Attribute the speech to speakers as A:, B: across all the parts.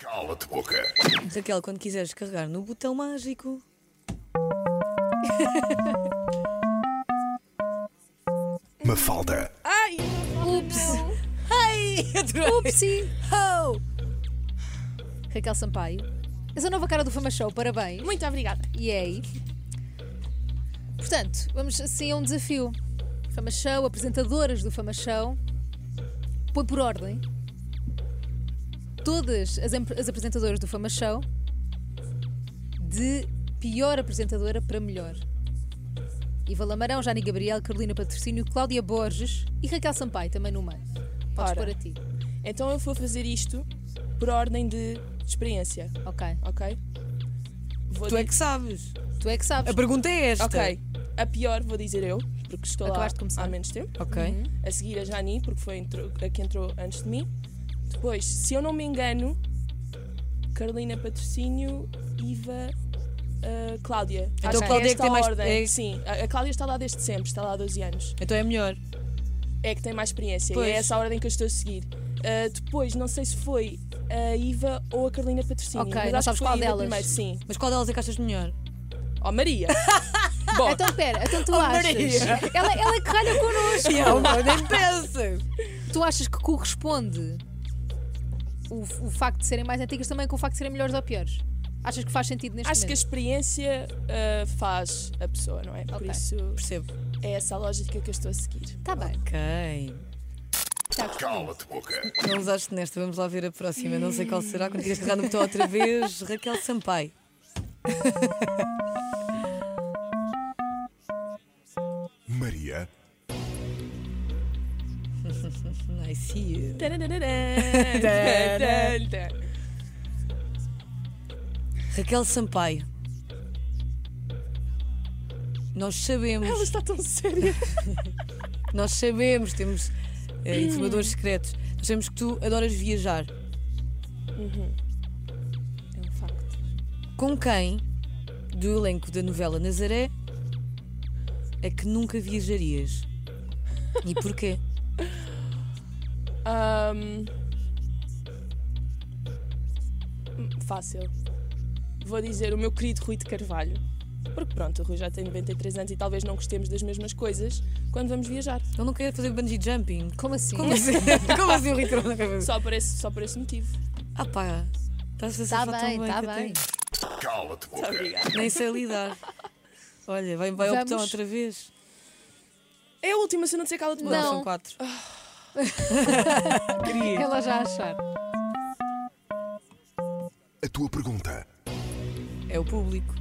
A: Cala-te boca.
B: Raquel, quando quiseres carregar no botão mágico.
A: Mafalda.
B: Ai!
C: Ups,
B: Ai! Adorei.
C: upsi.
B: Oh.
C: Raquel Sampaio. És a nova cara do Fama Show, parabéns.
D: Muito obrigada.
C: E é aí. Portanto, vamos assim a um desafio. Fama Show, apresentadoras do Fama Show. Põe por ordem. Todas as, em- as apresentadoras do Fama Show. De pior apresentadora para melhor. Iva Lamarão, Jani Gabriel, Carolina Patrocínio, Cláudia Borges e Raquel Sampaio, também no meio. Podes
D: Ora.
C: pôr a ti.
D: Então eu vou fazer isto por ordem de experiência,
C: Ok.
D: ok? Vou
B: Tu é
D: di-
B: que sabes.
C: Tu é que
B: A
C: sabes.
B: pergunta é esta.
D: Ok. A pior vou dizer eu, porque estou
C: Acabaste
D: lá
C: de começar.
D: há menos tempo.
B: Ok.
D: A seguir a Jani, porque foi a intro- a que entrou antes de mim. Depois, se eu não me engano, Carolina Patrocínio, Iva, ah, Cláudia.
B: Então
D: Acho
B: a Cláudia é que
D: esta
B: tem mais-
D: ordem.
B: é-
D: Sim, a, a Cláudia está lá desde sempre, está lá há 12 anos.
B: Então é melhor.
D: É que tem mais experiência
B: Pois.
D: e é essa a ordem que eu estou a seguir. Ah, depois, não sei se foi a Iva ou a Carolina Patrocínio.
C: Ok,
D: mas
C: não
D: acho
C: sabes
D: que foi
C: qual
D: a Iva
C: delas.
D: Primeiro, sim.
B: Mas qual delas é que achas melhor?
D: Oh, Maria! Bom,
C: Então pera, então tu
B: Oh,
C: achas.
B: Maria.
C: Ela, ela é que ralha connosco.
B: Não, nem pensas.
C: Tu achas que corresponde o, o facto de serem mais antigas também com o facto de serem melhores ou piores? Achas que faz sentido neste
D: acho que a
C: momento?
D: experiência ah, faz a pessoa, não é? Por
C: Ok.
D: isso,
B: Percebo.
D: é essa a lógica que eu estou a seguir.
C: Está Tá bem.
B: Ok.
C: Está correto.
A: Cala-te boca.
B: Não usaste nesta, vamos lá ver a próxima. Não sei qual será. Quando tiras carregar no botão outra vez, Raquel Sampaio.
A: Maria.
B: I see you. Raquel Sampaio. Nós sabemos,
D: Ela está tão séria.
B: nós sabemos, temos eh, informadores secretos. Nós sabemos que tu adoras viajar.
D: É um facto.
B: Com quem do elenco da novela Nazaré é que nunca viajarias? E porquê?
D: Ahm, Fácil. Vou dizer o meu querido Rui de Carvalho. Porque pronto, o Rui já tem 93 anos e talvez não gostemos das mesmas coisas quando vamos viajar.
B: Ele não quer fazer bungee jumping.
C: Como assim?
B: Como assim? Como assim o Ricardo não quer fazer?
D: Só por esse, só por esse motivo.
B: Ah pá, estás a
C: Está
B: safar
C: Tá
B: tão
C: bem,
B: bem.
C: está
B: que eu
C: bem.
B: tenho.
A: Cala-te
D: Muito
A: boca.
D: obrigada.
B: Nem sei lidar. Olha, vai, vai ao
C: Vamos.
B: botão outra vez.
D: É a última, se eu não disser cala de
C: Não.
B: São quatro.
D: assim?
B: Queria.
C: é Ela já achar.
A: A tua pergunta.
B: É o público.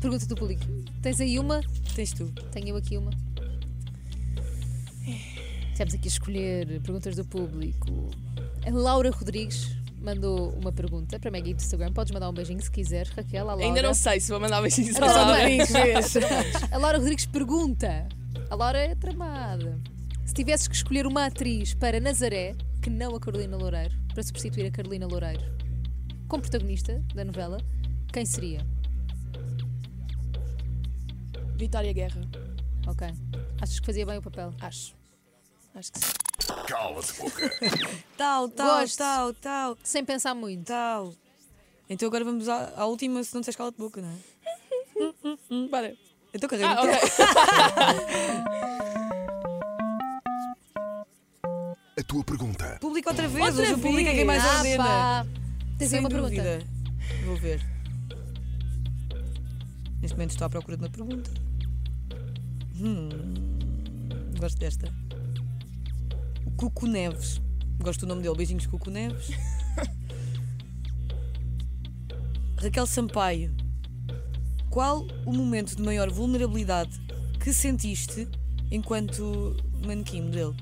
C: Pergunta do público. Tens aí uma?
B: Tens tu.
C: Tenho eu aqui uma. Temos aqui a escolher perguntas do público. A Laura Rodrigues mandou uma pergunta para a Maggie do Instagram. Podes mandar um beijinho se quiseres, Raquel. à Laura.
D: Ainda não sei se vou mandar
B: É
D: beijinhos
C: Então,
D: para
C: bem.
D: ela.
C: A Laura Rodrigues pergunta. A Laura é tramada. Se tivesses que escolher uma atriz para Nazaré, que não a Carolina Loureiro, para substituir a Carolina Loureiro, como protagonista da novela, quem seria?
D: Vitória Guerra.
C: Ok. Achas que fazia bem o papel?
D: Acho. Acho que sim.
A: Cala-te boca.
B: Tal, tal,
C: Gosto.
B: tal, tal,
C: Sem pensar muito.
B: tal. Então agora vamos à, à última, se não tens cala de boca, não é?
D: Bora.
B: Então carrega.
D: Ah,
B: no botão.
D: ok.
A: A tua pergunta.
B: Público outra vez,
D: Outra
B: hoje o público é quem mais
C: ah,
B: ordena.
C: pá. Tens aí
B: Sem
C: uma pergunta.
B: dúvida. Vou ver. Neste momento estou à procura de uma pergunta. Hum, gosto desta. O Cuco Neves. Gosto do nome dele. Beijinhos, Cuco Neves. Raquel Sampaio. Qual o momento de maior vulnerabilidade que sentiste enquanto manequim modelo?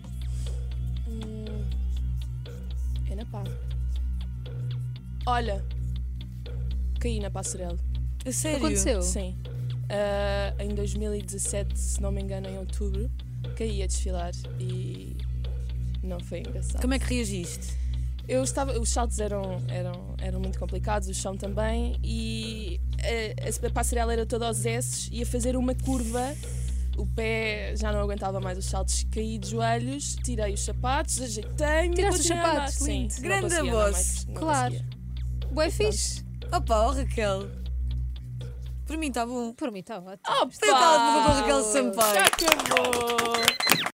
D: Hum, É na pá. Olha. Caí na passarela.
B: A sério?
C: Aconteceu?
D: Sim. Tipo, Ah, em 2017, se não me engano, em outubro, caí a desfilar e não foi engraçado.
B: Como é que reagiste?
D: Eu estava, os saltos eram, eram, eram muito complicados, o chão também, e a, a passarela era toda aos S e a fazer uma curva, o pé já não aguentava mais os saltos, caí de joelhos, tirei os sapatos, ajeitei-me.
C: Tiraste
D: continuei
C: os
D: a andar.
C: sapatos,
D: Sim,
C: lindo.
D: não
B: Grande
D: conseguia andar
B: voz.
D: mais, não
C: Claro.
D: conseguia.
C: Boé fixe.
B: Opa, oh Raquel. Por mim está bom.
C: Por mim está ótimo.
D: Opa!
B: Isto é tal de Raquel Sampaio.
D: Já acabou!